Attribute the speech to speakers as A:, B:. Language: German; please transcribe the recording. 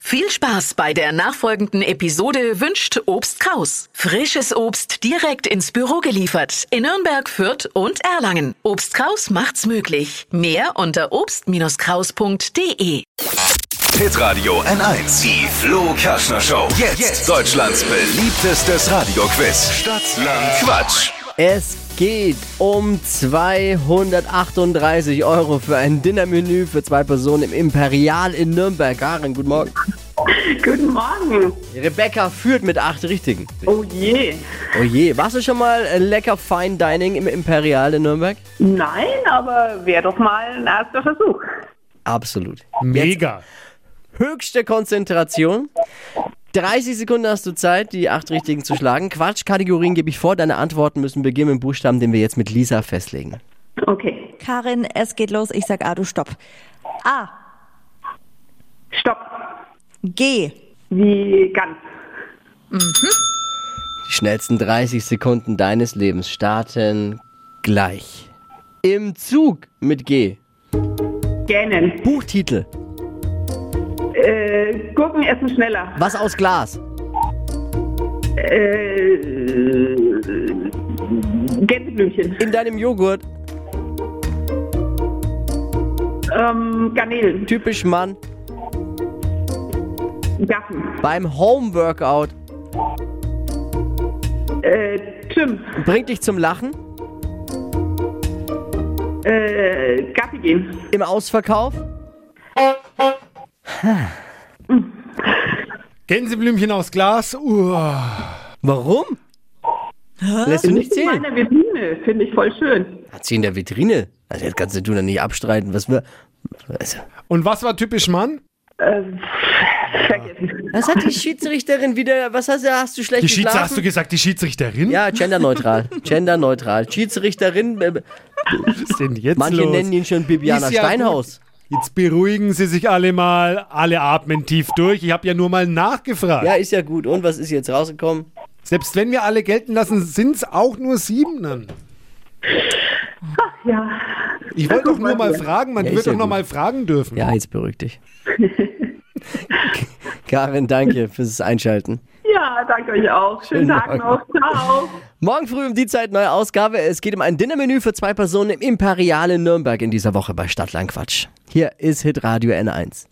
A: Viel Spaß bei der nachfolgenden Episode wünscht Obst Kraus. Frisches Obst direkt ins Büro geliefert in Nürnberg, Fürth und Erlangen. Obst Kraus macht's möglich. Mehr unter obst-kraus.de.
B: Hitradio N1. Die Flo Kaschner Show. Jetzt. Deutschlands beliebtestes Radioquiz. Stadt, Land, Quatsch.
C: Es geht um 238 Euro für ein Dinnermenü für zwei Personen im Imperial in Nürnberg. Karin, guten Morgen.
D: Guten Morgen.
C: Rebecca führt mit acht Richtigen.
D: Oh je.
C: Oh je, warst du schon mal äh, lecker Fine Dining im Imperial in Nürnberg?
D: Nein, aber wäre doch mal ein erster Versuch.
C: Absolut.
E: Mega.
C: Höchste Konzentration. 30 Sekunden hast du Zeit, die acht Richtigen zu schlagen. Quatschkategorien gebe ich vor. Deine Antworten müssen beginnen mit dem Buchstaben, den wir jetzt mit Lisa festlegen.
D: Okay.
F: Karin, es geht los. Ich sag A, du stopp. A,
D: Stopp.
F: G,
D: Wie ganz.
C: Die schnellsten 30 Sekunden deines Lebens starten gleich. Im Zug mit G.
D: Gähnen.
C: Buchtitel.
D: Äh, Gurken essen schneller.
C: Was aus Glas?
D: Äh, Gänseblümchen.
C: In deinem Joghurt.
D: Ähm, Garnelen.
C: Typisch Mann.
D: Gaffen.
C: Beim Homeworkout.
D: Äh, Gym.
C: Bringt dich zum Lachen.
D: Äh, Gaffi gehen.
C: Im Ausverkauf.
E: Gänseblümchen aus Glas. Uah.
C: Warum? Lässt du nicht zählen?
D: Meine Vitrine finde ich voll schön.
C: Hat sie in der Vitrine. Also jetzt kannst du dann nicht abstreiten, was wir. Also,
E: Und was war typisch Mann?
D: Äh, vergessen.
C: was hat die Schiedsrichterin wieder? Was hast du? Hast du schlecht
E: Die Schieds,
C: geschlafen?
E: hast du gesagt, die Schiedsrichterin?
C: ja, genderneutral. genderneutral. Schiedsrichterin, äh,
E: Was ist denn jetzt
C: manche
E: los?
C: nennen ihn schon Bibiana
E: Ist ja
C: Steinhaus.
E: Jetzt beruhigen Sie sich alle mal. Alle atmen tief durch. Ich habe ja nur mal nachgefragt.
C: Ja, ist ja gut. Und was ist jetzt rausgekommen?
E: Selbst wenn wir alle gelten lassen, sind es auch nur sieben dann.
D: Ja.
E: Ich wollte doch nur mal fragen. Man
C: Ja, ist
E: wird
C: ja
E: doch noch
C: gut.
E: mal fragen dürfen.
C: Ja, jetzt beruhig dich. Karin, danke fürs Einschalten.
D: Ja, danke euch auch. Schönen
C: Schönen
D: Tag noch. Ciao.
C: Morgen früh um die Zeit neue Ausgabe. Es geht um ein Dinnermenü für zwei Personen im Imperial in Nürnberg in dieser Woche bei Stadtlandquatsch. Hier ist Hitradio N1.